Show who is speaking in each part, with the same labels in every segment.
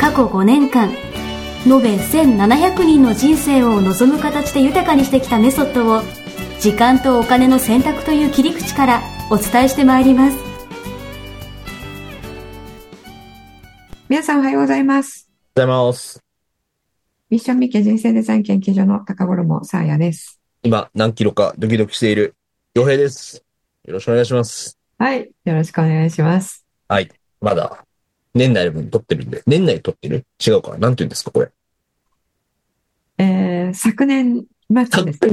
Speaker 1: 過去5年間延べ1700人の人生を望む形で豊かにしてきたメソッドを時間とお金の選択という切り口からお伝えしてまいります
Speaker 2: 皆さんおはようございます。
Speaker 3: おはようございます。
Speaker 2: ミッションミッケ人生デザイン研究所の高頃もさあやです。
Speaker 3: 今、何キロかドキドキしている、洋平です。よろしくお願いします。
Speaker 2: はい。よろしくお願いします。
Speaker 3: はい。まだ、年内の分撮ってるんで、年内撮ってる違うか。なんて言うんですか、これ。
Speaker 2: えー、昨年末ですね。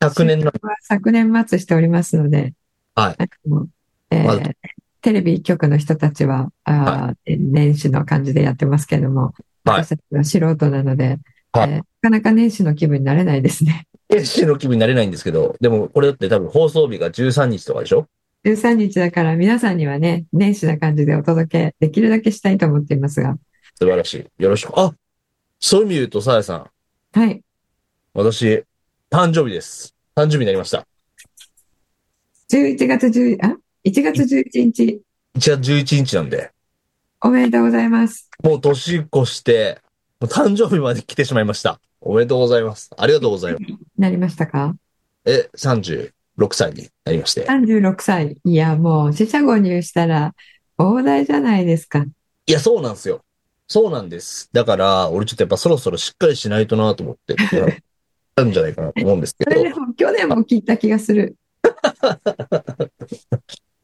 Speaker 3: 100年の、
Speaker 2: 昨年末しておりますので、
Speaker 3: はい。
Speaker 2: あのえー
Speaker 3: まだ
Speaker 2: テレビ局の人たちは、あー年始の感じでやってますけれども、
Speaker 3: はい
Speaker 2: 私たちは素人なので、
Speaker 3: はい
Speaker 2: えーなかなか年始の気分になれないですね。
Speaker 3: 天使の気分になれないんですけど、でもこれだって多分放送日が13日とかでしょ
Speaker 2: 13日だから皆さんにはね、年始な感じでお届けできるだけしたいと思っていますが、
Speaker 3: 素晴らしい。よろしく。あそういう意味で言うと、さやさん、
Speaker 2: はい。
Speaker 3: 私、誕生日です。誕生日になりました。
Speaker 2: 11月10、あ ?1 月11日、
Speaker 3: 1月11日なんで、
Speaker 2: おめでとうございます。
Speaker 3: もう年越して、もう誕生日まで来てしまいました。おめでとうございます。ありがとうございます。
Speaker 2: なりましたか
Speaker 3: え、36歳になりまして。
Speaker 2: ?36 歳。いや、もう、死者購入したら、大台じゃないですか。
Speaker 3: いや、そうなんですよ。そうなんです。だから、俺ちょっとやっぱそろそろしっかりしないとなと思って、なんじゃないかなと思うんですけ
Speaker 2: それで
Speaker 3: ど、
Speaker 2: も、去年も聞いた気がする。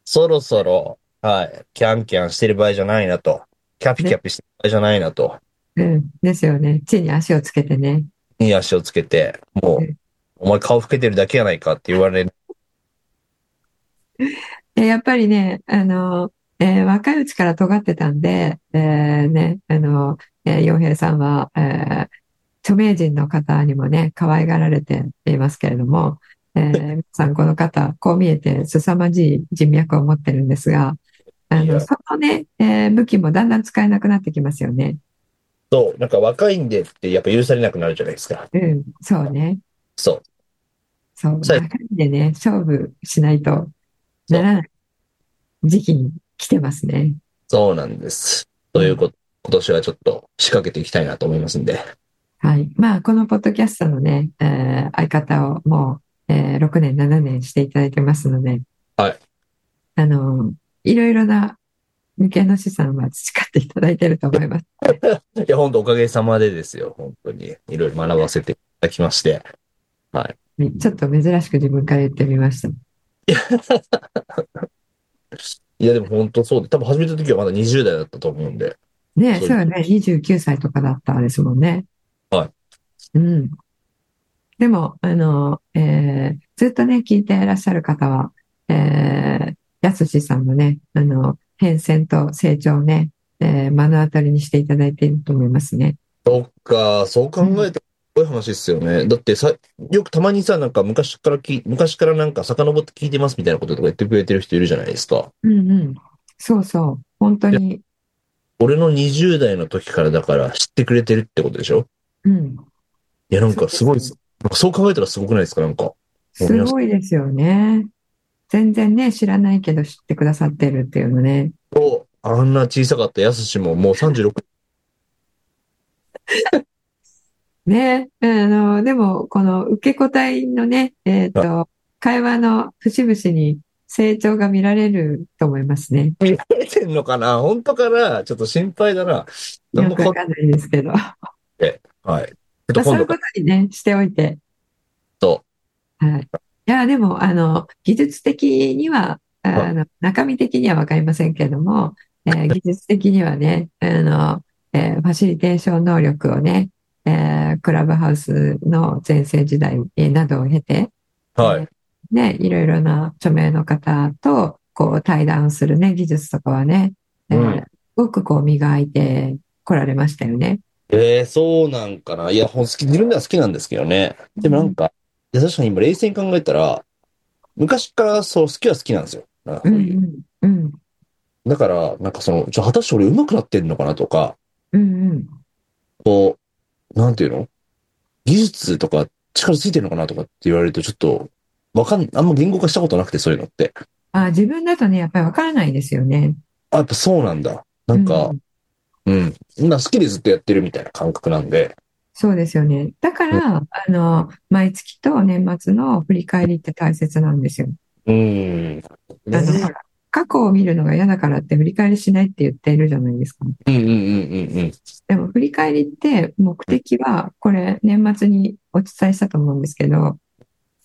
Speaker 3: そろそろ、はい、キャンキャンしてる場合じゃないなと、キャピキャピしてる場合じゃないなと、
Speaker 2: うん。ですよね。地に足をつけてね。
Speaker 3: に足をつけて、もう
Speaker 2: え、
Speaker 3: お前顔老けてるだけやないかって言われる。
Speaker 2: でやっぱりね、あの、えー若いうちから尖ってたんで、えーね、あの、えー洋平さんは、えー著名人の方にもね、可愛がられていますけれども、えー皆さんこの方、こう見えて凄まじい人脈を持ってるんですが、あ
Speaker 3: い
Speaker 2: の、
Speaker 3: や
Speaker 2: そのね、えー武器もだんだん使えなくなってきますよね。
Speaker 3: そう、なんか若いんでってやっぱ許されなくなるじゃないですか。
Speaker 2: うん、そうね。
Speaker 3: そう。
Speaker 2: そう、
Speaker 3: そう
Speaker 2: 若いんでね、勝負しないとならない時期に来てますね。
Speaker 3: そうなんです。ということ、今年はちょっと仕掛けていきたいなと思いますんで。
Speaker 2: はい。まあ、このポッドキャストのね、えー相方をもう、えー6年、7年していただいてますので、
Speaker 3: はい。
Speaker 2: あの、いろいろな無形の資産は培っていただいてると思います。
Speaker 3: いや、本当おかげさまでですよ。本当に。いろいろ学ばせていただきまして。
Speaker 2: ちょっと珍しく自分から言ってみました。
Speaker 3: いや、でも本当そうで、多分始めた時はまだ20代だったと思うんで。
Speaker 2: ねえ、
Speaker 3: そう
Speaker 2: そうよね。29歳とかだったですもんね。
Speaker 3: は
Speaker 2: うん。でも、あの、えーずっとね、聞いていらっしゃる方は、えー、やすしさんのね、あの、変遷と成長をね、えー目の当たりにしていただいていると思いますね。
Speaker 3: そっか、そう考えて、すごい話ですよね。だってさ、よくたまにさ、なんか昔からき、昔からなんか遡って聞いてますみたいなこととか言ってくれてる人いるじゃないですか。
Speaker 2: うんうん。そうそう。本当に、
Speaker 3: 俺の20代の時からだから知ってくれてるってことでしょ
Speaker 2: うん。
Speaker 3: いや、なんかすごい、そう考えたらすごくないですかなんか。
Speaker 2: すごいですよね。全然ね、知らないけど知ってくださってるっていうのね。
Speaker 3: おあんな小さかったやすしももう36、
Speaker 2: ね、あの、でも、この受け答えのね、えっと、会話の節々に成長が見られると思いますね。
Speaker 3: 見られてんのかな本当かなちょっと心配だな。
Speaker 2: よ
Speaker 3: 何
Speaker 2: くわ
Speaker 3: も変わ
Speaker 2: か
Speaker 3: っ
Speaker 2: んないですけど。ま
Speaker 3: はい。ちょっ
Speaker 2: あ
Speaker 3: と
Speaker 2: そういう
Speaker 3: 今度
Speaker 2: こ
Speaker 3: か
Speaker 2: とにね、しておいて。
Speaker 3: と、
Speaker 2: はい。いや、でも、あの、技術的には、あの、中身的にはわかりませんけども、えー技術的にはね、あの、えーファシリテーション能力をね、えークラブハウスの全盛時代えーなどを経て、
Speaker 3: はい。
Speaker 2: ね、いろいろな著名の方とこう対談するね、技術とかはね、えー
Speaker 3: うん
Speaker 2: すごくこう磨いて来られましたよね。
Speaker 3: ええそうなんかな。いや、ほん好き、自分では好きなんですけどね。でもなんか、いや確かに今冷静に考えたら、昔からそう好きは好きなんですよ。なんか
Speaker 2: う
Speaker 3: こ
Speaker 2: ん
Speaker 3: ういう
Speaker 2: うんうん
Speaker 3: だから、なんかその、じゃあ果たして俺上手くなってんのかなとか、
Speaker 2: うんうん
Speaker 3: こう、なんていうの技術とか力ついてるのかなとかって言われるとちょっと、わかん、あんま言語化したことなくてそういうのって。
Speaker 2: あ自分だとね、やっぱりわからないですよね。
Speaker 3: あ、やっぱそうなんだ。なんか、
Speaker 2: う
Speaker 3: うん。今好きでずっとやってるみたいな感覚なんで。
Speaker 2: そうですよね。だから、あの、毎月と年末の振り返りって大切なんですよ。
Speaker 3: うん。ね
Speaker 2: あの、ほら、過去を見るのが嫌だからって振り返りしないって言っているじゃないですか。
Speaker 3: うんうんうんうんうん。
Speaker 2: でも振り返りって目的は、これ年末にお伝えしたと思うんですけど、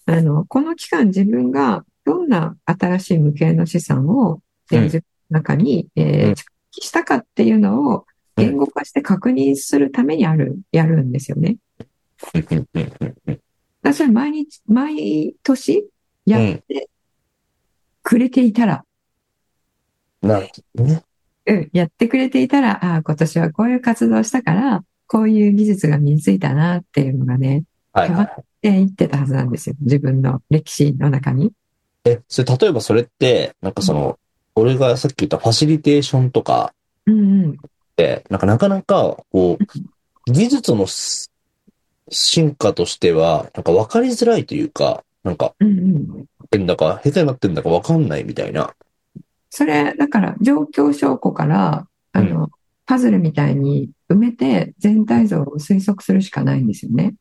Speaker 2: あの、この期間自分がどんな新しい無形の資産を、えー
Speaker 3: うん
Speaker 2: 自分の中に、え
Speaker 3: う
Speaker 2: ー、
Speaker 3: ん
Speaker 2: 蓄積したかっていうのを言語化して確認するためにある、やるんですよね。
Speaker 3: うんうんうん
Speaker 2: だからそれ毎日、毎年やってくれていたら、
Speaker 3: うん。なるほどね。
Speaker 2: うん、やってくれていたら、ああ、今年はこういう活動したから、こういう技術が身についたなっていうのがね、
Speaker 3: はいはい。
Speaker 2: って言ってたはずなんですよ。自分の歴史の中に。
Speaker 3: え、それ、例えばそれって、なんかその、俺がさっき言ったファシリテーションとか
Speaker 2: うんうん。
Speaker 3: って、なんかなかなか、こう、技術のす進化としては、なんか分かりづらいというか、なんか、
Speaker 2: うんうん。
Speaker 3: 変だか、下手になってんだか分かんないみたいな。
Speaker 2: それ、だから、状況証拠から、あの、パズルみたいに埋めて、全体像を推測するしかないんですよね。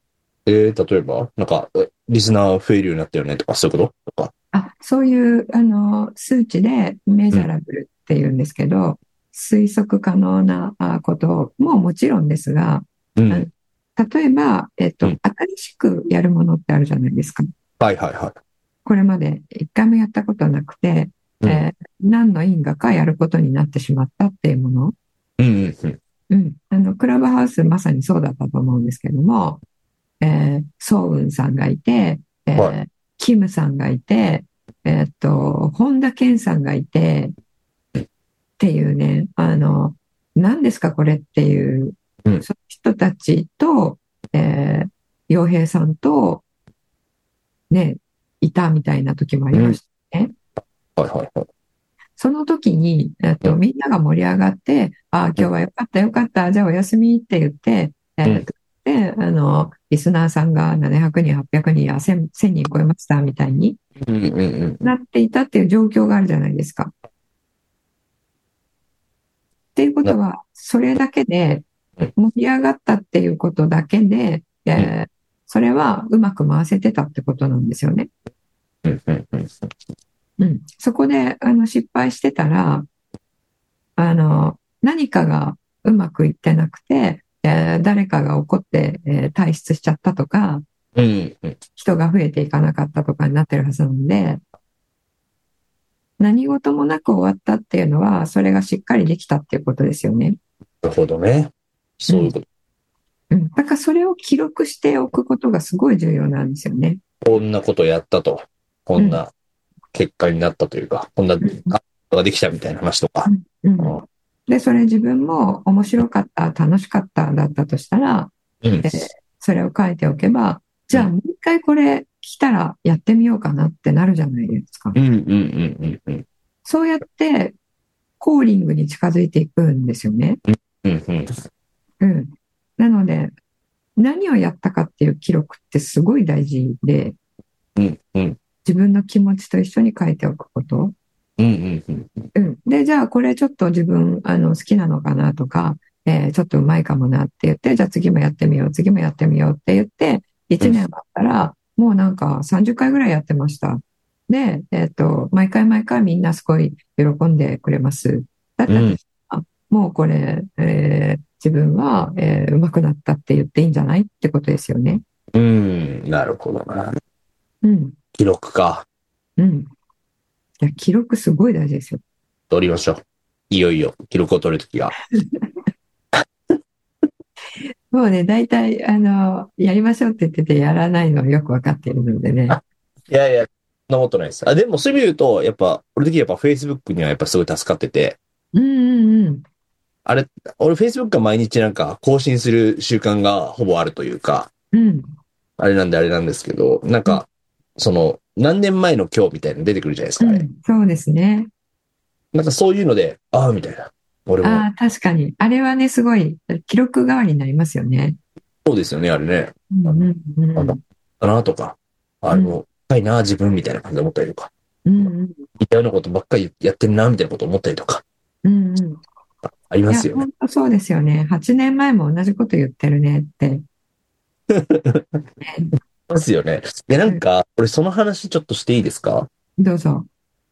Speaker 3: えー、例えば、なんか、えリスナー増えるようになったよねとか、そういうこととか。
Speaker 2: あ、そういう、あの、数値でメジャラブルって言うんですけど、推測可能なあことももちろんですが、
Speaker 3: うん。
Speaker 2: うん例えば、えっと、
Speaker 3: うん
Speaker 2: 新しくやるものってあるじゃないですか。
Speaker 3: はいはいはい。
Speaker 2: これまで一回もやったことなくて、
Speaker 3: うん
Speaker 2: えー何の因果かやることになってしまったっていうもの。
Speaker 3: うんうんうん。
Speaker 2: うん。あの、クラブハウスまさにそうだったと思うんですけども、えー、ソウンさんがいて、えー
Speaker 3: は
Speaker 2: キムさんがいて、えーっと、本田健さんがいて、っていうね、あの、何ですかこれっていう、
Speaker 3: うん
Speaker 2: その人たちと、えー、洋平さんと、ね、いたみたいな時もありました。
Speaker 3: はいはいはい。
Speaker 2: その時に、えっと、
Speaker 3: うん
Speaker 2: みんなが盛り上がって、ああ、今日はよかったよかった、じゃあお休みって言って、えっと、で、あの、リスナーさんが700人、800人、あ1000、1000人超えました、みたいに
Speaker 3: うんうんうん。
Speaker 2: なっていたっていう状況があるじゃないですか。っていうことは、それだけで
Speaker 3: うん、
Speaker 2: 盛り上がったっていうことだけで、えーそれはうまく回せてたってことなんですよね。
Speaker 3: うんうんうん。
Speaker 2: うん、そこであの失敗してたら、あの、何かがうまくいってなくて、えー誰かが怒って、えー退出しちゃったとか、
Speaker 3: うんうん。
Speaker 2: 人が増えていかなかったとかになってるはずなんで、何事もなく終わったっていうのは、それがしっかりできたっていうことですよね。
Speaker 3: なるほどね。そういうこと。
Speaker 2: うん。だからそれを記録しておくことがすごい重要なんですよね。
Speaker 3: こんなことやったと。こんな結果になったというか、こんなことができたみたいな話とか。
Speaker 2: うん
Speaker 3: うん。
Speaker 2: で、それ自分も面白かった、楽しかっただったとしたら、
Speaker 3: うん
Speaker 2: え。ーそれを書いておけば、じゃあもう一回これ来たらやってみようかなってなるじゃないですか。
Speaker 3: うんうんうんうんうん。
Speaker 2: そうやって、コーリングに近づいていくんですよね。
Speaker 3: うんうん。
Speaker 2: うん。なので、何をやったかっていう記録ってすごい大事で、
Speaker 3: うんうん。
Speaker 2: 自分の気持ちと一緒に書いておくこと。
Speaker 3: うんうん
Speaker 2: うん。で、じゃあこれちょっと自分、あの、好きなのかなとか、えーちょっとうまいかもなって言って、じゃあ次もやってみよう、次もやってみようって言って、1年あったら、もうなんか30回ぐらいやってました。で、えっ、と、毎回毎回みんなすごい喜んでくれます。だった
Speaker 3: う
Speaker 2: ら、
Speaker 3: ん。
Speaker 2: もうこれ、えー自分は、えー、うまくなったって言っていいんじゃないってことですよね。
Speaker 3: うん。なるほどな。
Speaker 2: うん。
Speaker 3: 記録か。
Speaker 2: うん。いや、記録すごい大事ですよ。
Speaker 3: 取りましょう。いよいよ、記録を取るときが。
Speaker 2: もうね、大体、あの、やりましょうって言ってて、やらないのよくわかっているのでね。
Speaker 3: いやいや、そんなことないです。あ、でも、そういう意味で言うと、やっぱ、俺的にはやっぱ Facebook にはやっぱすごい助かってて、
Speaker 2: うんうんうん。
Speaker 3: あれ、俺 Facebook が毎日なんか更新する習慣がほぼあるというか、
Speaker 2: うん。
Speaker 3: あれなんであれなんですけど、なんか、その、何年前の今日みたいなの出てくるじゃないですか、あ
Speaker 2: う
Speaker 3: れ。
Speaker 2: ん、そうですね。
Speaker 3: なんかそういうので、ああ、みたいな。俺も。
Speaker 2: ああ、確かに。あれはね、すごい、記録代わりになりますよね。
Speaker 3: そうですよね、あれね。
Speaker 2: うんうんうん。うん
Speaker 3: だなとか、あれも、深いな、自分みたいな感じで思ったりとか、
Speaker 2: うん
Speaker 3: 似たようなことばっかりやってんな、みたいなこと思ったりとか、
Speaker 2: うんうん。
Speaker 3: ありま
Speaker 2: い
Speaker 3: す
Speaker 2: や、
Speaker 3: よね。
Speaker 2: 本当そうですよね。8年前も同じこと言ってるねって。ね
Speaker 3: ありますよね。いや、なんか、俺その話ちょっとしていいですか
Speaker 2: どうぞ。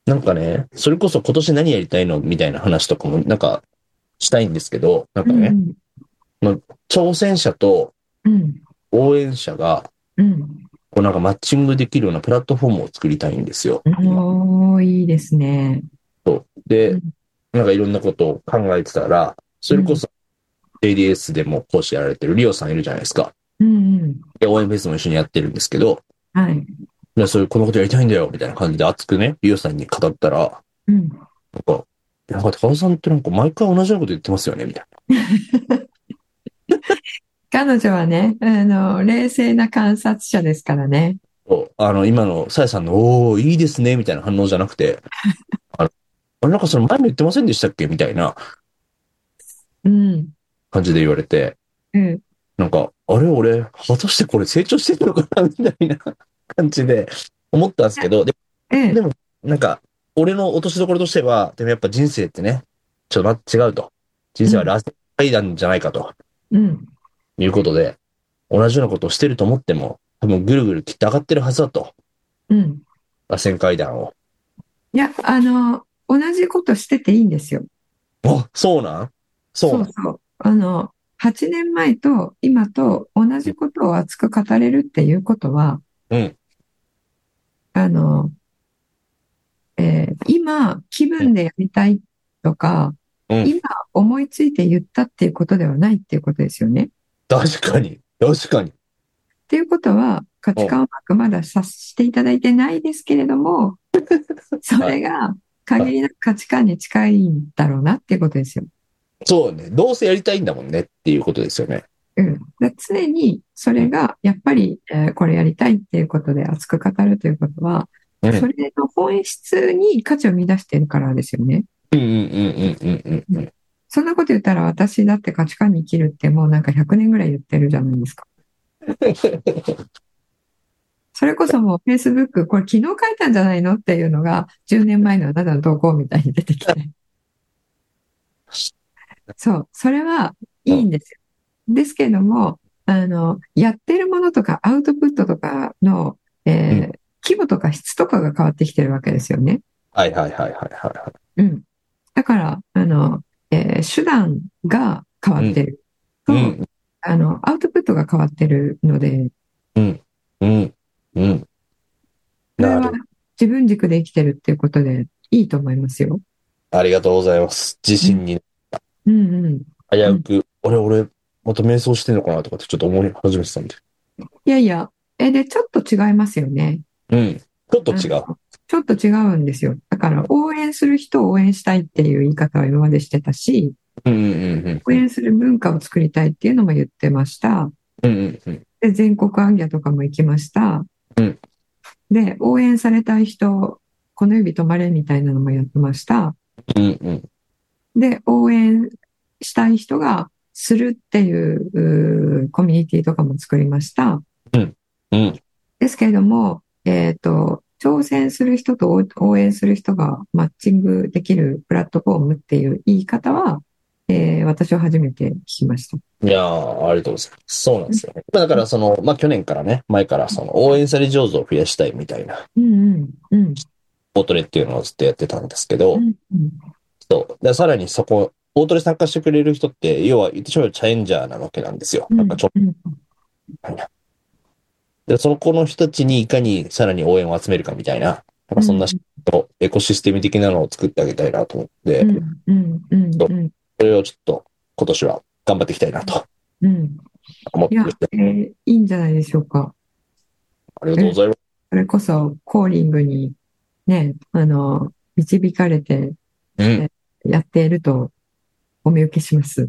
Speaker 3: なんかね、それこそ今年何やりたいのみたいな話とかも、なんか、したいんですけど、なんかね、
Speaker 2: うん
Speaker 3: 挑戦者と
Speaker 2: うん。
Speaker 3: 応援者が、
Speaker 2: うん。
Speaker 3: こうなんかマッチングできるようなプラットフォームを作りたいんですよ。
Speaker 2: おー、いいですね。う
Speaker 3: で
Speaker 2: ん、
Speaker 3: なんかいろんなことを考えてたら、それこそ JDS でも講師やられてるリオさんいるじゃないですか。
Speaker 2: うんうん。
Speaker 3: で、応援フェスも一緒にやってるんですけど、
Speaker 2: はい。
Speaker 3: いやそういう、このことやりたいんだよ、みたいな感じで熱くね、リオさんに語ったら、
Speaker 2: うん。
Speaker 3: なんか、いやなんか高田さんってなんか毎回同じようなこと言ってますよね、みたい
Speaker 2: 彼女はね、あの、冷静な観察者ですからね。
Speaker 3: な。そうあの、今のさやさんの、おー、いいですね、みたいな反応じゃなくて、あの、あれなんかその前も言ってませんでしたっけみたいな
Speaker 2: うん。
Speaker 3: 感じで言われて、
Speaker 2: うん。
Speaker 3: なんか、あれ俺、果たしてこれ成長してるのかなみたいな感じで思ったんですけど、で
Speaker 2: うん。
Speaker 3: でなんか、俺の落としどころとしては、でもやっぱ人生ってね、ちょっと待って違うと。人生はラスト階段じゃないかと
Speaker 2: うん。
Speaker 3: いうことで、同じようなことをしてると思っても、多分ぐるぐる切って上がってるはずだと。
Speaker 2: うん。
Speaker 3: 螺旋階段を。
Speaker 2: いや、あの、同じことしてていいんですよ。
Speaker 3: あ、そうなんそうなん
Speaker 2: そうそう。あの、8年前と今と同じことを熱く語れるっていうことは、
Speaker 3: うん
Speaker 2: あの、えー今、気分でやりたいとか、
Speaker 3: うん
Speaker 2: 今思いついて言ったっていうことではないっていうことですよね。っ
Speaker 3: 確かに。確かに。
Speaker 2: ていうことは、価値観をあくまだ察していただいてないですけれども、それが限りなく価値観に近いんだろうなっていうことですよ。
Speaker 3: そうね。どうせやりたいんだもんねっていうことですよね。
Speaker 2: うん、だ常にそれがやっぱり、えーこれやりたいっていうことで熱く語るということは、
Speaker 3: うん
Speaker 2: それの本質に価値を見出してるからですよね。
Speaker 3: うんうんうんうんうんうんうん。
Speaker 2: そんなこと言ったら私だって価値観に生きるってもうなんか100年ぐらい言ってるじゃないですか。それこそもう Facebook これ昨日書いたんじゃないのっていうのが10年前のあなたの投稿みたいに出てきて。そう、それはいいんですよ。ですけれども、あの、やってるものとかアウトプットとかの、えー
Speaker 3: う
Speaker 2: 規模とか質とかが変わってきてるわけですよね。
Speaker 3: はいはいはいはいはいはい。
Speaker 2: うん。だから、あの、えー手段が変わってる。
Speaker 3: う
Speaker 2: と
Speaker 3: ん。
Speaker 2: あの、アウトプットが変わってるので、
Speaker 3: うん。うん。
Speaker 2: それ
Speaker 3: なる
Speaker 2: は自分軸で生きてるっていうことでいいと思いますよ。
Speaker 3: ありがとうございます。自信に
Speaker 2: うんうん。
Speaker 3: 危うく、俺、俺、また瞑想してんのかなとかってちょっと思い始めてたんで。
Speaker 2: いやいや、え、で、ちょっと違いますよね。
Speaker 3: うん。ちょっと違う
Speaker 2: あ。のちょっと違うんですよ。だから、応援する人を応援したいっていう言い方は今までしてたし、
Speaker 3: うんうん
Speaker 2: 応援する文化を作りたいっていうのも言ってました。
Speaker 3: うん。うんうんうん。
Speaker 2: で、全国行脚とかも行きました。
Speaker 3: うん
Speaker 2: で、応援されたい人、この指止まれみたいなのもやってました。
Speaker 3: うんうん。
Speaker 2: で、応援したい人がするっていううーコミュニティとかも作りました。
Speaker 3: うん。
Speaker 2: ですけれども、えっ、と、挑戦する人と応応援する人がマッチングできるプラットフォームっていう言い方は、えー私は初めて聞きました。
Speaker 3: いやー、ありがとうございます。そうなんですよね。まあだから、その、まあ去年からね、前から、その、応援され上手を増やしたいみたいな、
Speaker 2: うんうんうん。
Speaker 3: ボトレっていうのをずっとやってたんですけど
Speaker 2: う、んうん
Speaker 3: そう。で、さらにそこ、ボトレ参加してくれる人って、要は言ってしまえばチャレンジャーなわけなんですよ。なんかちょっと、
Speaker 2: うん
Speaker 3: で、その子の人たちにいかにさらに応援を集めるかみたいな、なんかそんな、エコシステム的なのを作ってあげたいなと思って、
Speaker 2: うんうんうんうん
Speaker 3: それをちょっと今年は頑張っていきたいなと
Speaker 2: うん。
Speaker 3: 思っ
Speaker 2: い
Speaker 3: て
Speaker 2: や
Speaker 3: まして、、
Speaker 2: えーいいんじゃないでしょうか。
Speaker 3: ありがとうございます。
Speaker 2: それこそ、コーリングに、ね、あの、導かれて
Speaker 3: うん
Speaker 2: やっていると、お見受けします。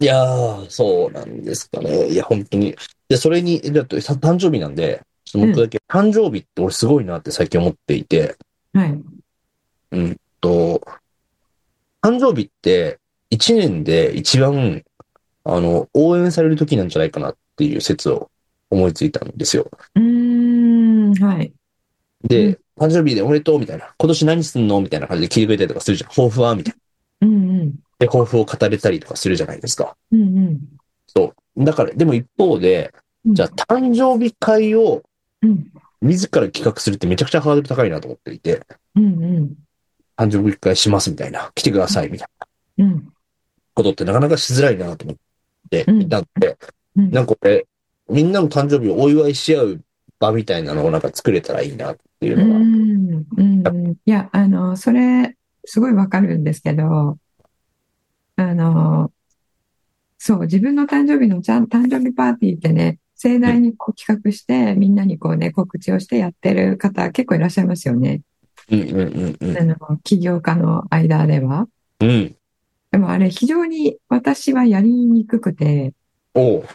Speaker 3: いやー、そうなんですかね。いや、本当に。で、それに、だってさ誕生日なんで、ちょっともう一個だけ、誕生日って俺すごいなって最近思っていて、
Speaker 2: はい。
Speaker 3: うんと、誕生日って一年で一番、あの、応援される時なんじゃないかなっていう説を思いついたんですよ。
Speaker 2: うーん、はい。
Speaker 3: で、誕生日でおめでとうみたいな、今年何すんのみたいな感じで聞いてくれたりとかするじゃん。抱負はみたいな。
Speaker 2: うんうん。
Speaker 3: で、抱負を語れたりとかするじゃないですか。
Speaker 2: うんうん。
Speaker 3: だから、でも一方で、
Speaker 2: うん
Speaker 3: じゃあ誕生日会を
Speaker 2: うん
Speaker 3: 自ら企画するってめちゃくちゃハードル高いなと思っていて、
Speaker 2: うんうん。
Speaker 3: 誕生日会しますみたいな、来てくださいみたいな
Speaker 2: うん
Speaker 3: ことってなかなかしづらいなと思って
Speaker 2: うん
Speaker 3: いたんで、
Speaker 2: うん。
Speaker 3: なんかこれ、みんなの誕生日をお祝いし合う場みたいなのをなんか作れたらいいなっていう
Speaker 2: う
Speaker 3: のが、
Speaker 2: ん、うん、いや、あの、それ、すごいわかるんですけど、あの、そう、自分の誕生日のちゃん、誕生日パーティーってね、盛大にこう企画して、みんなにこうね、告知をしてやってる方、結構いらっしゃいますよね。
Speaker 3: うんうんうんうん
Speaker 2: あの、起業家の間では。
Speaker 3: うん。
Speaker 2: でもあれ、非常に私はやりにくくて、
Speaker 3: おう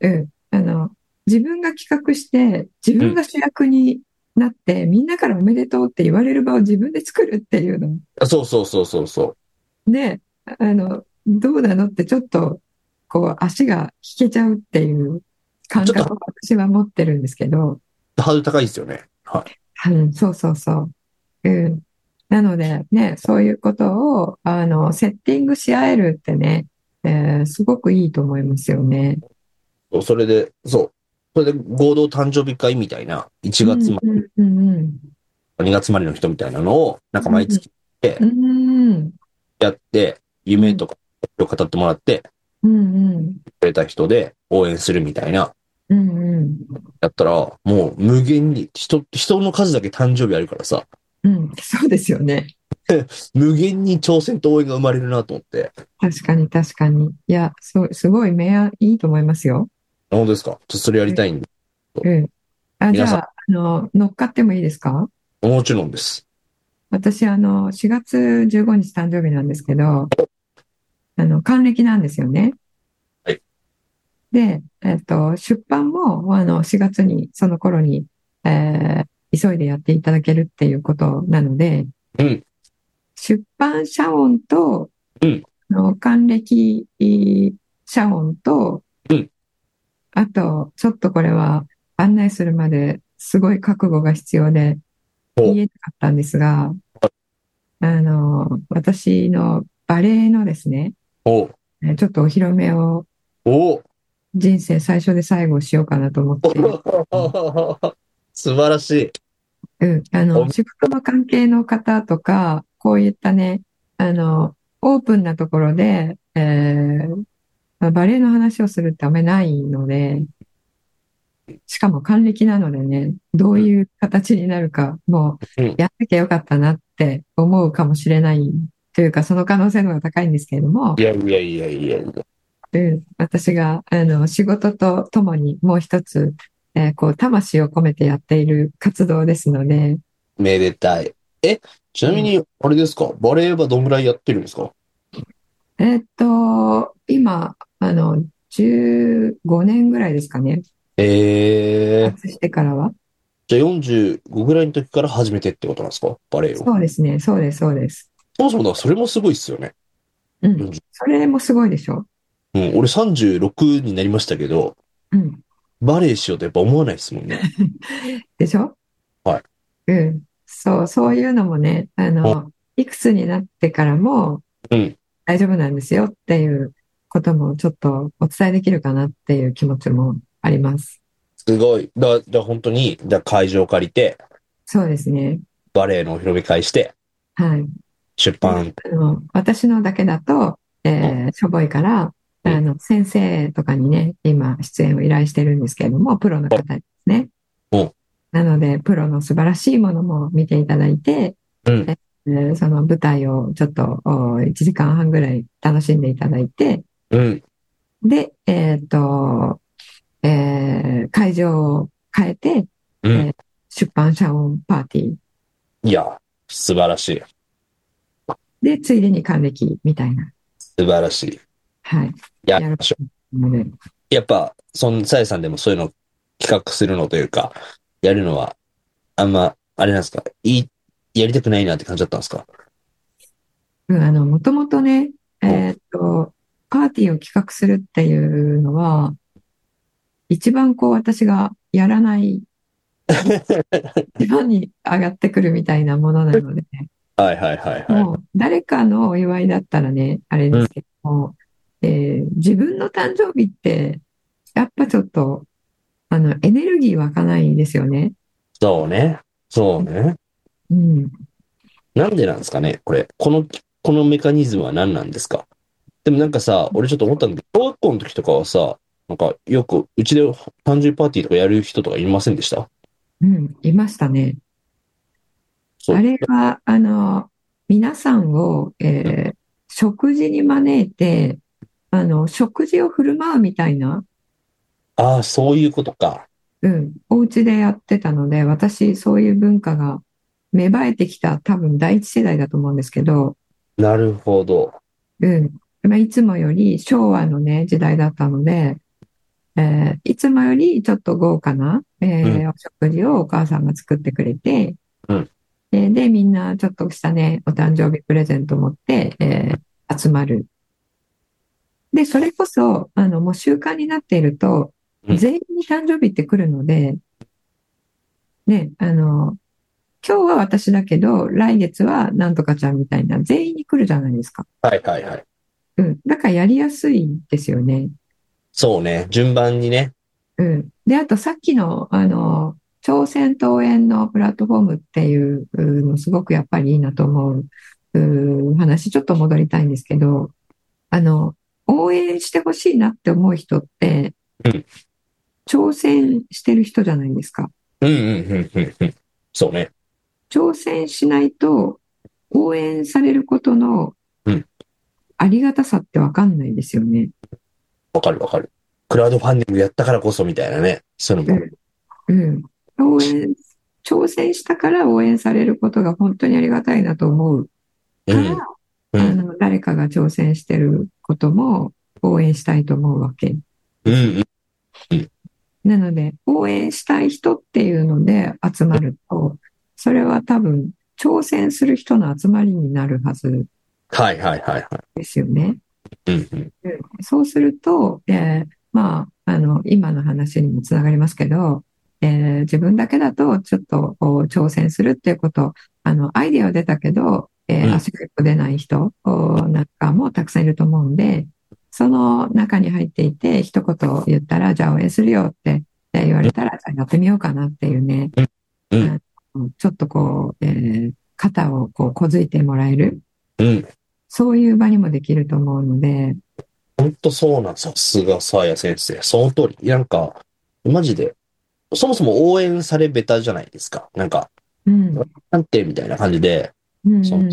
Speaker 2: うん、あの、自分が企画して、自分が主役になって、みんなからおめでとうって言われる場を自分で作るっていうの。
Speaker 3: あそうそうそうそうそう。
Speaker 2: ね、あの、どうなのってちょっと、こう、足が引けちゃうっていう感
Speaker 3: ちょっ
Speaker 2: 覚を私は持ってるんですけど、
Speaker 3: ハードル高いですよね。はい。
Speaker 2: うん、そうそうそう。うん。なので、ね、そういうことを、あの、セッティングし合えるってね、えーすごくいいと思いますよね。
Speaker 3: そうそれで、そう。それで合同誕生日会みたいな、1月まで
Speaker 2: うんうん
Speaker 3: 2月生まれの人みたいなのを、なんか毎月
Speaker 2: うんうん。
Speaker 3: やって、夢とかを語ってもらって、
Speaker 2: うんうん。
Speaker 3: くれた人で応援するみたいな、
Speaker 2: うんうん。
Speaker 3: やったら、もう無限に、人、人の数だけ誕生日あるからさ、
Speaker 2: うん、そうですよね。
Speaker 3: 無限に挑戦と応援が生まれるなと思って。
Speaker 2: 確かに確かに。いや、そう、すごい明暗いいと思いますよ。
Speaker 3: 本当ですかちょっとそれやりたいんで。
Speaker 2: うん。あ、じゃ
Speaker 3: 皆さん
Speaker 2: あ、あの、乗っかってもいいですか
Speaker 3: もちろんです。
Speaker 2: 私、あの、4月15日誕生日なんですけど、あの、還暦なんですよね。
Speaker 3: はい
Speaker 2: で、えっと、出版も、あの、4月に、その頃に、えー急いでやっていただけるっていうことなので、
Speaker 3: うん
Speaker 2: 出版社音と、
Speaker 3: うん
Speaker 2: あの、還暦社音と、
Speaker 3: うん
Speaker 2: あと、ちょっとこれは案内するまですごい覚悟が必要で、
Speaker 3: お
Speaker 2: 言えなかったんですが、あの、私のバレエのですね、
Speaker 3: お
Speaker 2: えちょっとお披露目を
Speaker 3: お
Speaker 2: 人生最初で最後しようかなと思って、
Speaker 3: お素晴らしい。
Speaker 2: うん、あ
Speaker 3: お
Speaker 2: の、仕事の関係の方とか、こういったね、あの、オープンなところで、えーまあバレエの話をするってあんまりないので、しかも還暦なのでね、どういう形になるか、もう
Speaker 3: うん
Speaker 2: やっなきゃよかったなって思うかもしれないというか、その可能性の方が高いんですけれども
Speaker 3: い、やいやいやいやいや。
Speaker 2: うん、私が、あの、仕事とともにもう一つ、えーこう、魂を込めてやっている活動ですので、
Speaker 3: めでたい。え、ちなみに、あれですかバレエはどんぐらいやってるんですか
Speaker 2: えーっと、今、あの、15年ぐらいですかね。
Speaker 3: ええー。
Speaker 2: 発してからは。
Speaker 3: じゃあ45ぐらいの時から始めてってことなんですかバレエを。
Speaker 2: そうですね。そうです、そうです。
Speaker 3: そもそもだからそれもすごいっすよね。
Speaker 2: う
Speaker 3: うん
Speaker 2: ん。それもすごいでしょ。
Speaker 3: うん、俺36になりましたけど、
Speaker 2: うん。
Speaker 3: バレエしようとやっぱ思わないですもんね。
Speaker 2: でしょ
Speaker 3: はい。
Speaker 2: うん。そう、そういうのもね、あの、いくつになってからも
Speaker 3: うん、
Speaker 2: 大丈夫なんですよっていうこともちょっとお伝えできるかなっていう気持ちもあります。
Speaker 3: すごい。だ、だ本当に、だ会場借りて、
Speaker 2: そうですね。
Speaker 3: バレエのお披露目会して、
Speaker 2: はい。
Speaker 3: 出版。
Speaker 2: あの、私のだけだと、えーしょぼいから、
Speaker 3: うん
Speaker 2: あの、先生とかにね、今、出演を依頼してるんですけれども、プロの方ですね
Speaker 3: うん。
Speaker 2: なので、プロの素晴らしいものも見ていただいて、
Speaker 3: うん。
Speaker 2: えーその舞台をちょっと、お1時間半ぐらい楽しんでいただいて、
Speaker 3: うん。
Speaker 2: で、えっと、えー会場を変えて、
Speaker 3: うん。
Speaker 2: 出版社オンパーティー。
Speaker 3: いや、素晴らしい。
Speaker 2: で、ついでに還暦みたいな。
Speaker 3: 素晴らしい。
Speaker 2: はい。
Speaker 3: やりましょ
Speaker 2: 思い出る
Speaker 3: う。やっぱ、その、さえさんでもそういうの企画するのというか、やるのは、あんま、あれなんですか、いい、やりたくないなって感じだったんですか
Speaker 2: うん、あの、もともとね、えーっと、パーティーを企画するっていうのは、一番こう私がやらない、一番に上がってくるみたいなものなので、
Speaker 3: はいはいはいは
Speaker 2: もう誰かのお祝いだったらね、あれですけども、えー自分の誕生日って、やっぱちょっと、あの、エネルギー湧かないんですよね。
Speaker 3: い。そうね。そうね。
Speaker 2: うん。
Speaker 3: なんでなんですかね、これ。この、このメカニズムは何なんですかでもなんかさ、俺ちょっと思ったんだけど、小学校の時とかはさ、なんかよく、うちで誕生日パーティーとかやる人とかいませんでした
Speaker 2: うん、いましたね。
Speaker 3: そう。
Speaker 2: あれは、あの、皆さんを、えー食事に招いて、あの、食事を振る舞うみたいな、
Speaker 3: ああ、そういうことか。
Speaker 2: うん、お家でやってたので、私、そういう文化が芽生えてきた、多分第一世代だと思うんですけど、
Speaker 3: なるほど。
Speaker 2: うん。まあ、いつもより昭和のね、時代だったので、えーいつもよりちょっと豪華な、えーお食事をお母さんが作ってくれて、
Speaker 3: うん
Speaker 2: で、でみんなちょっとしたね、お誕生日プレゼント持って、えー集まる。で、それこそ、あの、もう習慣になっていると、
Speaker 3: うん
Speaker 2: 全員に誕生日って来るので、ね、あの、今日は私だけど、来月はなんとかちゃんみたいな、全員に来るじゃないですか。
Speaker 3: はいはいはい。
Speaker 2: うん。だからやりやすいんですよね。
Speaker 3: そうね。順番にね。
Speaker 2: うん。で、あとさっきの、あの、朝鮮桃園のプラットフォームっていううんのすごくやっぱりいいなと思ううん話、ちょっと戻りたいんですけど、あの、応援してほしいなって思う人って
Speaker 3: うん、
Speaker 2: 挑戦してる人じゃないですか。
Speaker 3: うんうんうんうんうん。そうね。
Speaker 2: 挑戦しないと、応援されることの
Speaker 3: うん
Speaker 2: ありがたさってわかんないですよね。
Speaker 3: わかるわかる。クラウドファンディングやったからこそみたいなね。そういうのも。
Speaker 2: うん。応援、挑戦したから応援されることが本当にありがたいなと思うか
Speaker 3: う
Speaker 2: ら、
Speaker 3: ん。う
Speaker 2: あ
Speaker 3: ん。
Speaker 2: の、誰かが挑戦してることも応援したいと思うわけ。
Speaker 3: うんうん。
Speaker 2: なので、応援したい人っていうので集まると、それは多分、挑戦する人の集まりになるはず
Speaker 3: はいはいはいは
Speaker 2: ですよね。
Speaker 3: い。うんうん。
Speaker 2: そうすると、えーまあ、あの、今の話にもつながりますけど、えー自分だけだと、ちょっと、こう挑戦するっていうこと、あの、アイデアは出たけど、えー
Speaker 3: うん
Speaker 2: 足が一歩出ない人おなんかもたくさんいると思うんで、その中に入っていて、一言言ったら、じゃあ応援するよってえー言われたら、じゃあやってみようかなっていうね、
Speaker 3: うん
Speaker 2: あのちょっとこう、えー肩をこう、こづいてもらえる、
Speaker 3: うん。
Speaker 2: そういう場にもできると思うので、
Speaker 3: ほんとそうなんさすが、さあや先生。その通り。なんか、マジで、そもそも応援されベタじゃないですか。なんか、
Speaker 2: うん。
Speaker 3: なんてみたいな感じで、
Speaker 2: うんうん
Speaker 3: そう
Speaker 2: うん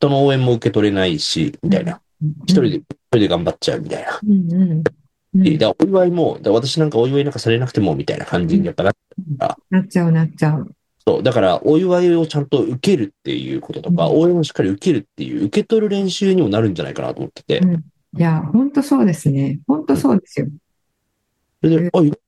Speaker 3: 人の応援も受け取れないし、みたいな。
Speaker 2: うん
Speaker 3: 一人で、一人で頑張っちゃうみたいな。
Speaker 2: うんうんうん
Speaker 3: で、だからお祝いも、だから私なんかお祝いなんかされなくても、みたいな感じにやっぱなっ
Speaker 2: なっちゃうなっちゃう。
Speaker 3: そう、だから、お祝いをちゃんと受けるっていうこととか、
Speaker 2: うん
Speaker 3: 応援をしっかり受けるっていう、受け取る練習にもなるんじゃないかなと思ってて、
Speaker 2: うんいや、本当そうですね。本当そうですよ。
Speaker 3: それ
Speaker 2: うん
Speaker 3: で、あ、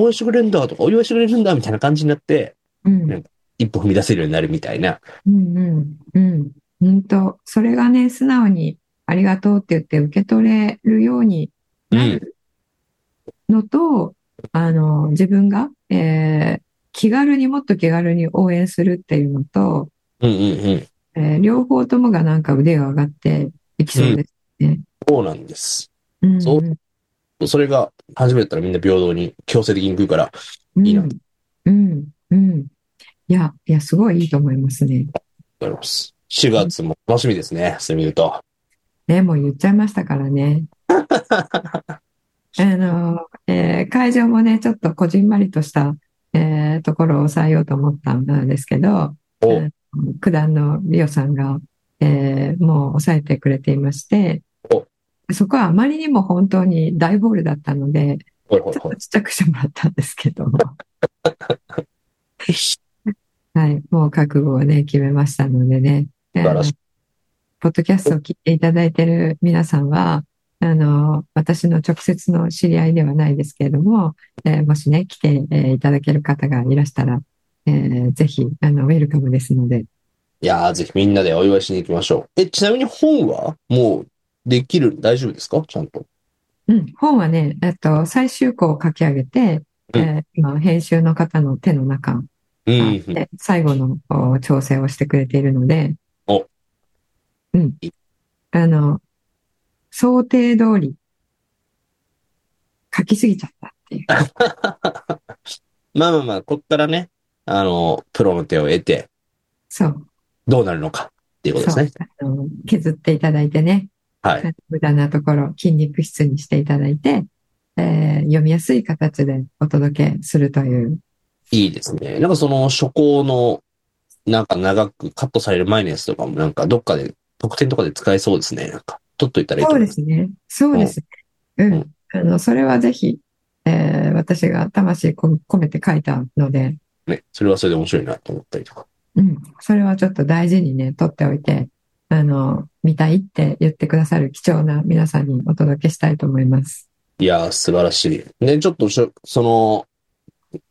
Speaker 3: 応援してくれるんだとか、お祝いしてくれるんだみたいな感じになって、
Speaker 2: うん。
Speaker 3: ね一歩踏み出せるようになるみたいな。
Speaker 2: うんうん。うん。本当。それがね、素直にありがとうって言って受け取れるようになるのと、あの、自分が、えー気軽にもっと気軽に応援するっていうのと、
Speaker 3: うんうんうん。
Speaker 2: えー両方ともがなんか腕が上がっていきそうです。
Speaker 3: そうなんです。
Speaker 2: うん
Speaker 3: そうそれが、初めてだったらみんな平等に強制的に食うから、
Speaker 2: うん
Speaker 3: いいな
Speaker 2: うん。うん。いや、いや、すごいいいと思いますね。
Speaker 3: ありがとうございます。4月も楽しみですね。そういう意味で言うと。
Speaker 2: ね、もう言っちゃいましたからね。あの、えー会場もね、ちょっとこじんまりとした、えーところを抑えようと思ったんですけど、
Speaker 3: お
Speaker 2: うん九段のリオさんが、えーもう抑えてくれていまして
Speaker 3: お、
Speaker 2: そこはあまりにも本当に大ボールだったので、
Speaker 3: ほいほい
Speaker 2: ちょ
Speaker 3: ほ
Speaker 2: っ
Speaker 3: い
Speaker 2: と。ちっちゃくしてもらったんですけども。はい、もう覚悟をね、決めましたのでね。
Speaker 3: 晴らしい
Speaker 2: ポッドキャストを聞いていただいている皆さんは、あの、私の直接の知り合いではないですけれども、えーもしね、来て、えーいただける方がいらしたら、えーぜひ、あの、ウェルカムですので、
Speaker 3: いやー、ぜひみんなでお祝いしに行きましょう。え、ちなみに本はもうできる、大丈夫ですかちゃんと。
Speaker 2: うん、本はね、えっと、最終稿を書き上げて、えー今、編集の方の手の中
Speaker 3: うん
Speaker 2: あっ
Speaker 3: うん。
Speaker 2: て最後のお調整をしてくれているので、
Speaker 3: お
Speaker 2: うん。あの、想定通り、書きすぎちゃったっていう。
Speaker 3: まあまあまあ、こっからね、あの、プロの手を得て、
Speaker 2: そう。
Speaker 3: どうなるのかっていうことです
Speaker 2: そう
Speaker 3: ね。
Speaker 2: あの。削っていただいてね、
Speaker 3: はい。
Speaker 2: 無駄なところ、筋肉質にしていただいて、えー読みやすい形でお届けするという。
Speaker 3: いいですね。なんかその初行の、なんか長くカットされる前のやつとかも、なんかどっかで、特典とかで使えそうですね。なんか、取っといたらいいと
Speaker 2: そう
Speaker 3: 思
Speaker 2: で
Speaker 3: います。
Speaker 2: すね。そうですね。うん。
Speaker 3: うん
Speaker 2: あの、それはぜひ、えー私が魂こ込めて書いたので、
Speaker 3: ね。それはそれで面白いなと思ったりとか。
Speaker 2: うん。それはちょっと大事にね、取っておいて、あの、見たいって言ってくださる貴重な皆さんにお届けしたいと思います。
Speaker 3: いやー、素晴らしい。ね、ちょっとしょ、その、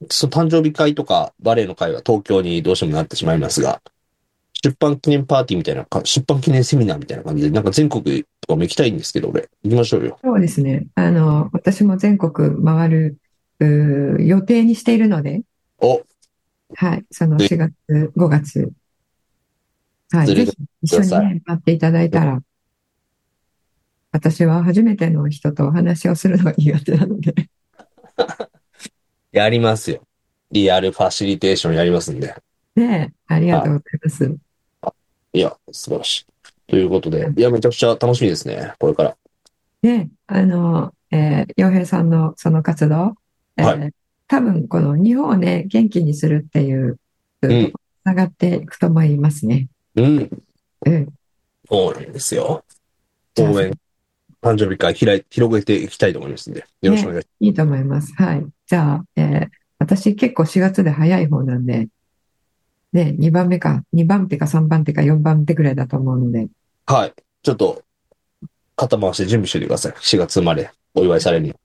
Speaker 3: その誕生日会とかバレエの会は東京にどうしてもなってしまいますが、出版記念パーティーみたいなか、出版記念セミナーみたいな感じで、なんか全国とかも行きたいんですけど、俺、行きましょうよ。
Speaker 2: そうですね。あの、私も全国回る、うー予定にしているので、
Speaker 3: お、
Speaker 2: はい。その
Speaker 3: ぜ
Speaker 2: 4月、5月。はい。
Speaker 3: ずれ
Speaker 2: ぜ
Speaker 3: て
Speaker 2: ひ一緒に
Speaker 3: くださ
Speaker 2: ね、待っていただいたら、私は初めての人とお話をするのが苦手なので、
Speaker 3: やりますよ。リアルファシリテーションやりますんで。
Speaker 2: ねえありがとうございます。
Speaker 3: いや、素晴らしい。ということで、いや、めちゃくちゃ楽しみですね、これから。
Speaker 2: で、あの、えー、洋平さんのその活動、えー
Speaker 3: は
Speaker 2: 多分この日本をね、元気にするっていう、つ
Speaker 3: ん
Speaker 2: ながっていくと思いますね。
Speaker 3: うん、
Speaker 2: うん。
Speaker 3: そうなんですよ。応援、誕生日会開い、広げていきたいと思いますんで、よろしくお願いし
Speaker 2: いいと思います。はい。じゃあ、えー私結構4月で早い方なんで、ね、2番目か、2番手か3番手か4番手ぐらいだと思うので、
Speaker 3: ます。はい。ちょっと、肩回して準備しておいてください。4月生まれ、お祝いされるには。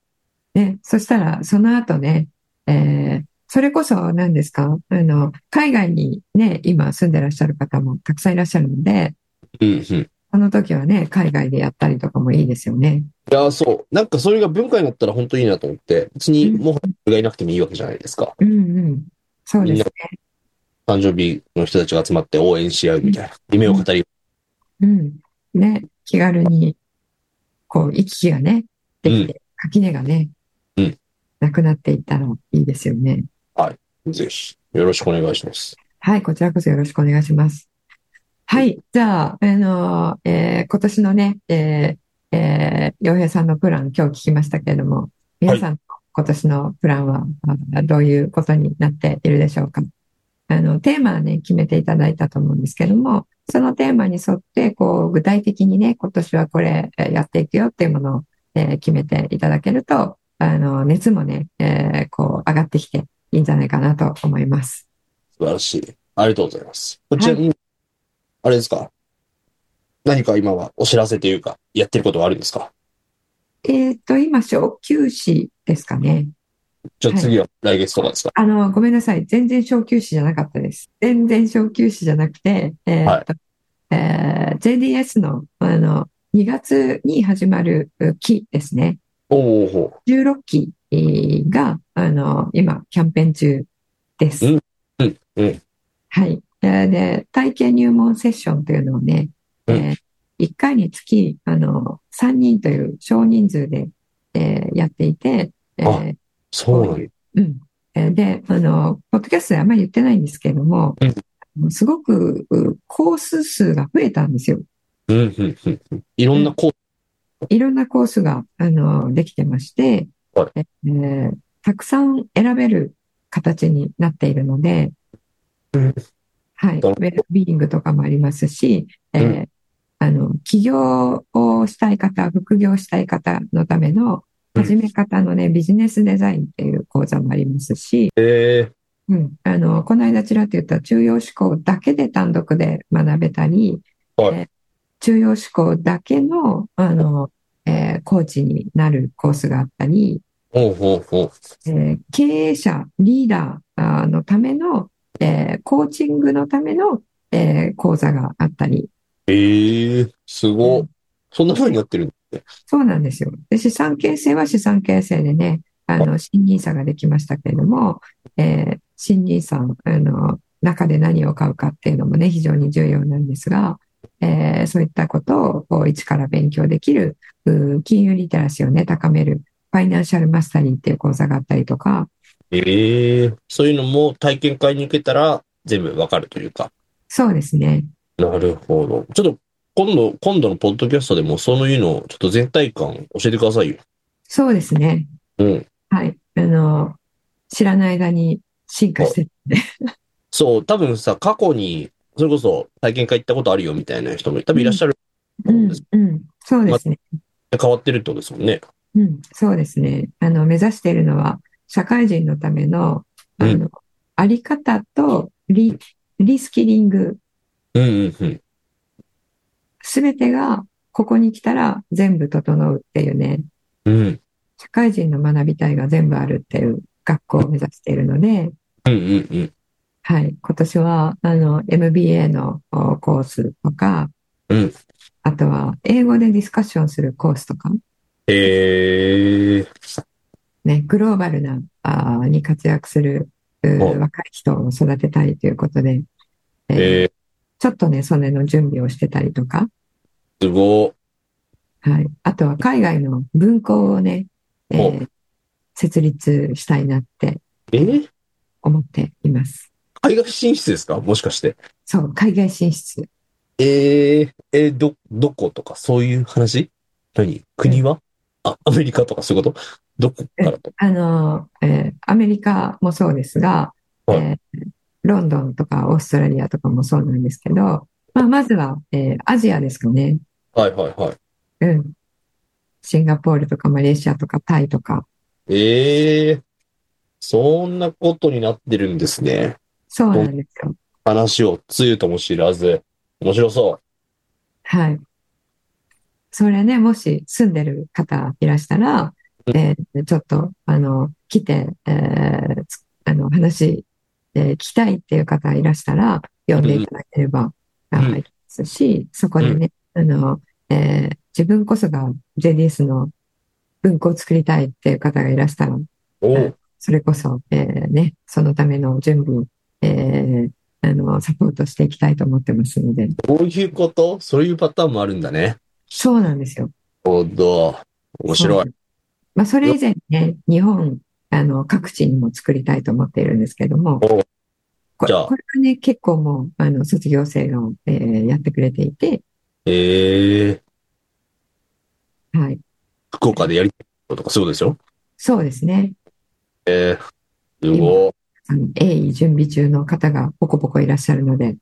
Speaker 2: ね、そしたら、その後ね、えーそれこそ何ですかあの、海外にね、今住んでらっしゃる方もたくさんいらっしゃるので、
Speaker 3: うん、うん。い
Speaker 2: その時はね、海外でやったりとかもいいですよね。
Speaker 3: や、そう。なんか、それが文化になったら本当いいなと思って、別に、もはや俺がいなくてもいいわけじゃないですか。
Speaker 2: うんうん。そうですね。
Speaker 3: 誕生日の人たちが集まって応援し合うみたいな。夢を語り、
Speaker 2: うん。ね、気軽に、こう、行き来がね、できて、垣根がね、
Speaker 3: うん
Speaker 2: なくなっていったらいいですよね。
Speaker 3: ぜひ、よろしくお願いします。
Speaker 2: はい、こちらこそよろしくお願いします。はい、じゃあ、あのーえー今年のね、えー、えー、洋平さんのプラン、今日聞きましたけれども、皆さん、今年のプランは、あどういうことになっているでしょうか。あの、テーマはね、決めていただいたと思うんですけども、そのテーマに沿って、こう、具体的にね、今年はこれえーやっていくよっていうものを、えー決めていただけると、あの、熱もね、えーこう、上がってきていいんじゃないかなと思います。
Speaker 3: 素晴らしい。ありがとうございます。こちら、にあれですか何か今はお知らせというか、やってることはあるんですか
Speaker 2: えっと、今、小休止ですかね。
Speaker 3: じゃあ次は来月とかですか、
Speaker 2: あの、ごめんなさい。全然小休止じゃなかったです。全然小休止じゃなくて、えーっと、えー JDS の、あの、2月に始まるう期ですね。
Speaker 3: おおほ
Speaker 2: 16期えーが、あの、今、キャンペーン中です。
Speaker 3: うんうんうん
Speaker 2: はい。えーで、体験入門セッションというのをね、え
Speaker 3: う
Speaker 2: ー1回につき、あの、3人という少人数で、えーやっていて、えー
Speaker 3: あそうなんだ。
Speaker 2: うん。えーで、あの、ポッドキャストであんまり言ってないんですけれども、
Speaker 3: うん
Speaker 2: あのすごくうコース数が増えたんですよ。
Speaker 3: うん、うん、うんうん。いろんなコー
Speaker 2: いろんなコースが、あの、できてまして、
Speaker 3: は
Speaker 2: えーたくさん選べる形になっているので、
Speaker 3: うん
Speaker 2: はい、ウ
Speaker 3: なるほど
Speaker 2: ェルビーイングとかもありますし、えー
Speaker 3: う
Speaker 2: あの、起業をしたい方、副業したい方のための、
Speaker 3: うん
Speaker 2: 始め方のね、ビジネスデザインっていう講座もありますし、
Speaker 3: え
Speaker 2: うん、あの、この間ちらっと言った中央思考だけで単独で学べたり、
Speaker 3: はい
Speaker 2: え重要志向だけの、あの、えーコーチになるコースがあったり、
Speaker 3: ほうほうほう。
Speaker 2: えー経営者、リーダーあーのための、えーコーチングのための、えー講座があったり、
Speaker 3: ええすご
Speaker 2: う
Speaker 3: っ。そんな風になってるんだね。
Speaker 2: そうなんですよ。で、資産形成は資産形成でね、あの、新任さができましたけれども、えー、新任さん、あの、中で何を買うかっていうのもね、非常に重要なんですが、えーそういったことをこう一から勉強できる、うー金融リテラシーをね、高める、ファイナンシャルマスタリーっていう講座があったりとか、
Speaker 3: ええそういうのも体験会に受けたら全部わかるというか。
Speaker 2: そうですね。
Speaker 3: なるほど。ちょっと今度、今度のポッドキャストでもそういうのをちょっと全体感教えてくださいよ。
Speaker 2: そうですね。
Speaker 3: うん。
Speaker 2: はい。あの、知らない間に進化してって
Speaker 3: そう、多分さ、過去に、それこそ体験会行ったことあるよみたいな人も多分いらっしゃる。
Speaker 2: うん、うん。そうですね。
Speaker 3: 変わってるってことですもんね。
Speaker 2: うん、そうですね。あの、目指しているのは、社会人のための、あ
Speaker 3: うん
Speaker 2: の、あり方とリ、リスキリング、
Speaker 3: うんうんうん。
Speaker 2: すべてが、ここに来たら全部整うっていうね、
Speaker 3: うん。
Speaker 2: 社会人の学びたいが全部あるっていう学校を目指しているので、
Speaker 3: うんうんうん。
Speaker 2: はい、今年は、あの、MBA のおコースとか、
Speaker 3: うん
Speaker 2: あとは、英語でディスカッションするコースとか、
Speaker 3: ええ
Speaker 2: ね、グローバルな、あーに活躍する、うー
Speaker 3: はい
Speaker 2: 若い人を育てたいということで、えー
Speaker 3: ええ
Speaker 2: ちょっとね、それの準備をしてたりとか、
Speaker 3: すごっ。
Speaker 2: はい。あとは海外の文庫をね、えー設立したいなって
Speaker 3: えー
Speaker 2: 思っています。
Speaker 3: 海外進出ですかもしかして。
Speaker 2: そう、海外進出。
Speaker 3: えええーど、どことか、そういう話何国はあ、アメリカとかそういうことどこからと
Speaker 2: あのー、えーアメリカもそうですが、
Speaker 3: はい
Speaker 2: えーロンドンとかオーストラリアとかもそうなんですけど、まあ、まずは、えーアジアですかね。
Speaker 3: はいはいはい。
Speaker 2: うん。シンガポールとかマレーシアとかタイとか。
Speaker 3: ええそんなことになってるんですね。
Speaker 2: そうなんですよ。
Speaker 3: 話をつゆとも知らず。面白そ
Speaker 2: はい。それね、もし住んでる方いらしたら、えーちょっと、あの、来て、えーつあの、話、えー聞きたいっていう方いらしたら、呼んでいただければ、あ
Speaker 3: うん
Speaker 2: いいですし、そこでね、あの、えー自分こそが JDS の文庫を作りたいっていう方がいらしたら、
Speaker 3: う。お
Speaker 2: うん
Speaker 3: う。
Speaker 2: それこそ、えーね、そのための準備、えーあの、サポートしていきたいと思ってますので。
Speaker 3: こういうことそういうパターンもあるんだね。
Speaker 2: そうなんですよ。
Speaker 3: なるほど。面白い。
Speaker 2: い。まあ、それ以前にね、日本、あの、各地にも作りたいと思っているんですけども、
Speaker 3: お
Speaker 2: これ
Speaker 3: じゃあ
Speaker 2: これはね、結構もう、あの、卒業生が、えーやってくれていて、
Speaker 3: ええ
Speaker 2: はい。
Speaker 3: 福岡でやりたいこととかそういうことでしょ
Speaker 2: そうですね。
Speaker 3: ええすごい。
Speaker 2: あの、鋭意準備中の方がポコポコいらっしゃるので、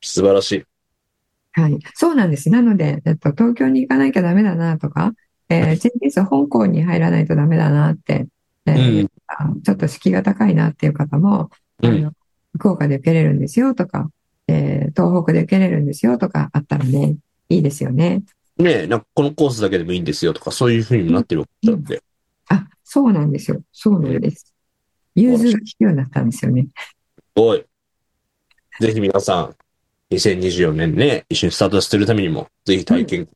Speaker 3: 素晴らしい。
Speaker 2: はい。そうなんです。なので、えっと、東京に行かなきゃダメだなとか、えー、JTS 香港に入らないとダメだなって、えー
Speaker 3: うん
Speaker 2: あちょっと敷居が高いなっていう方も、あ
Speaker 3: うん。
Speaker 2: の、福岡で受けれるんですよとか、えー東北で受けれるんですよとかあったらね、いいですよね。
Speaker 3: ねえ、なんかこのコースだけでもいいんですよとか、そういうふうにもなってるわけなんで。
Speaker 2: あ、そうなんですよ。そうなんです。融通が利くようになったんですよね。
Speaker 3: すごい。ぜひ皆さん、2024年ね、一緒にスタートしてるためにも、ぜひ体験、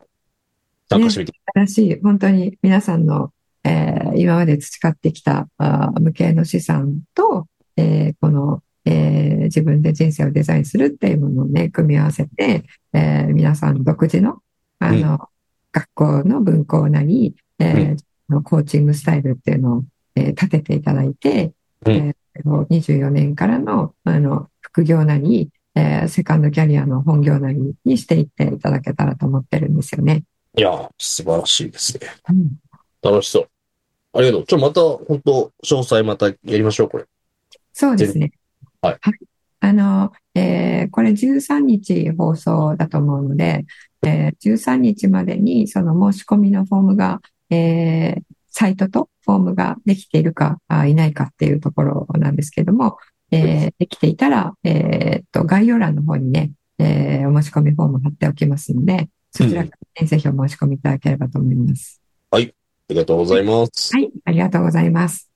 Speaker 3: 参加してみて。
Speaker 2: 新しい、本当に皆さんの、えー今まで培ってきたあー無形の資産と、えーこの、えー自分で人生をデザインするっていうものをね、組み合わせて、えー皆さん独自の、あの、学校の文校なり、えーのコーチングスタイルっていうのを、えー立てていただいて、
Speaker 3: うん
Speaker 2: えーこう24年からの、あの、副業なり、えーセカンドキャリアの本業なりにしていっていただけたらと思ってるんですよね。
Speaker 3: いやー、素晴らしいですね。
Speaker 2: うん
Speaker 3: 楽しそう。ありがとう。ちょ、また、本当詳細またやりましょう、これ。
Speaker 2: そうですね。
Speaker 3: はい。
Speaker 2: あの、えーこれ13日放送だと思うので、えー13日までにその申し込みのフォームが、えーサイトとフォームができているか、あいないかっていうところなんですけども、えーできていたら、えーっと、概要欄の方にね、えーお申し込みフォーム貼っておきますので、そちらからねぜひお申し込みいただければと思います。
Speaker 3: りがとうございます。
Speaker 2: はい、ありがとうございます。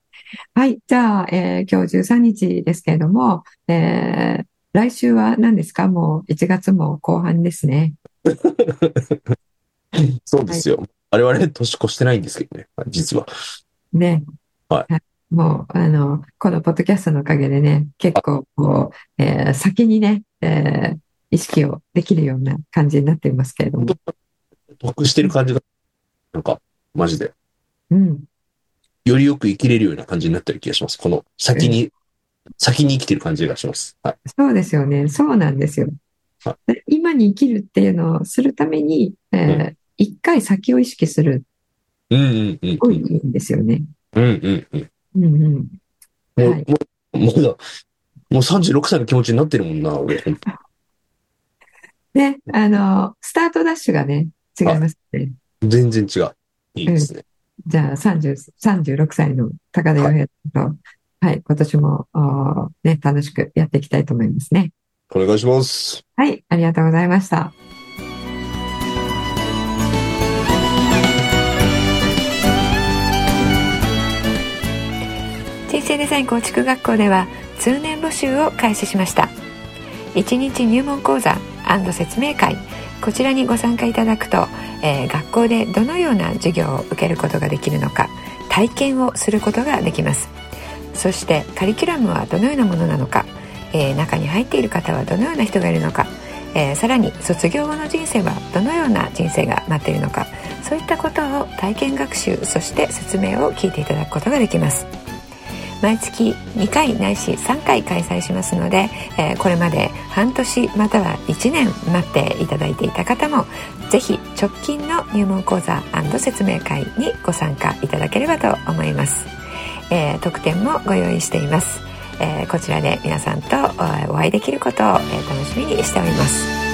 Speaker 2: はい、じゃあ、えー今日13日ですけれども、えー来週は何ですかもう1月も後半ですね。
Speaker 3: そうですよ。我々年越してないんですけどね、実は。
Speaker 2: ね。。
Speaker 3: はい
Speaker 2: もう、あの、このポッドキャストのおかげでね、結構、こう、えー先にね、えー意識をできるような感じになっていますけれども。
Speaker 3: 得してる感じが、なんか、マジで、
Speaker 2: うん。
Speaker 3: よりよく生きれるような感じになってる気がします。この先に、先に生きてる感じがします。はい。
Speaker 2: そうですよね。そうなんですよ
Speaker 3: は。
Speaker 2: で今に生きるっていうのをするために、えー一回先を意識する
Speaker 3: うんうんうん
Speaker 2: と
Speaker 3: う
Speaker 2: いい
Speaker 3: ん。
Speaker 2: んですよね。
Speaker 3: うんうんうん。
Speaker 2: うんうん。
Speaker 3: もう、
Speaker 2: はい
Speaker 3: もう、もうだ、もう36歳の気持ちになってるもんな、俺。
Speaker 2: で、あの、スタートダッシュがね、違いますね。
Speaker 3: 全然違う。いいですね。
Speaker 2: じゃあ、30 36歳の高田洋平さんと、はい、今年も、おーね、楽しくやっていきたいと思いますね。
Speaker 3: お願いします。
Speaker 2: はい、ありがとうございました。人生デザイン構築学校では通年募集を開始しました1日入門講座説明会こちらにご参加いただくと、えー学校でどのような授業を受けることができるのか体験をすることができますそしてカリキュラムはどのようなものなのか、えー中に入っている方はどのような人がいるのか、えーさらに卒業後の人生はどのような人生が待っているのかそういったことを体験学習そして説明を聞いていただくことができます毎月2回ないし3回開催しますので、えーこれまで半年または1年待っていただいていた方もぜひ直近の入門講座説明会にご参加いただければと思います、えー特典もご用意しています、えーこちらで皆さんとおお会いできることを、えー楽しみにしております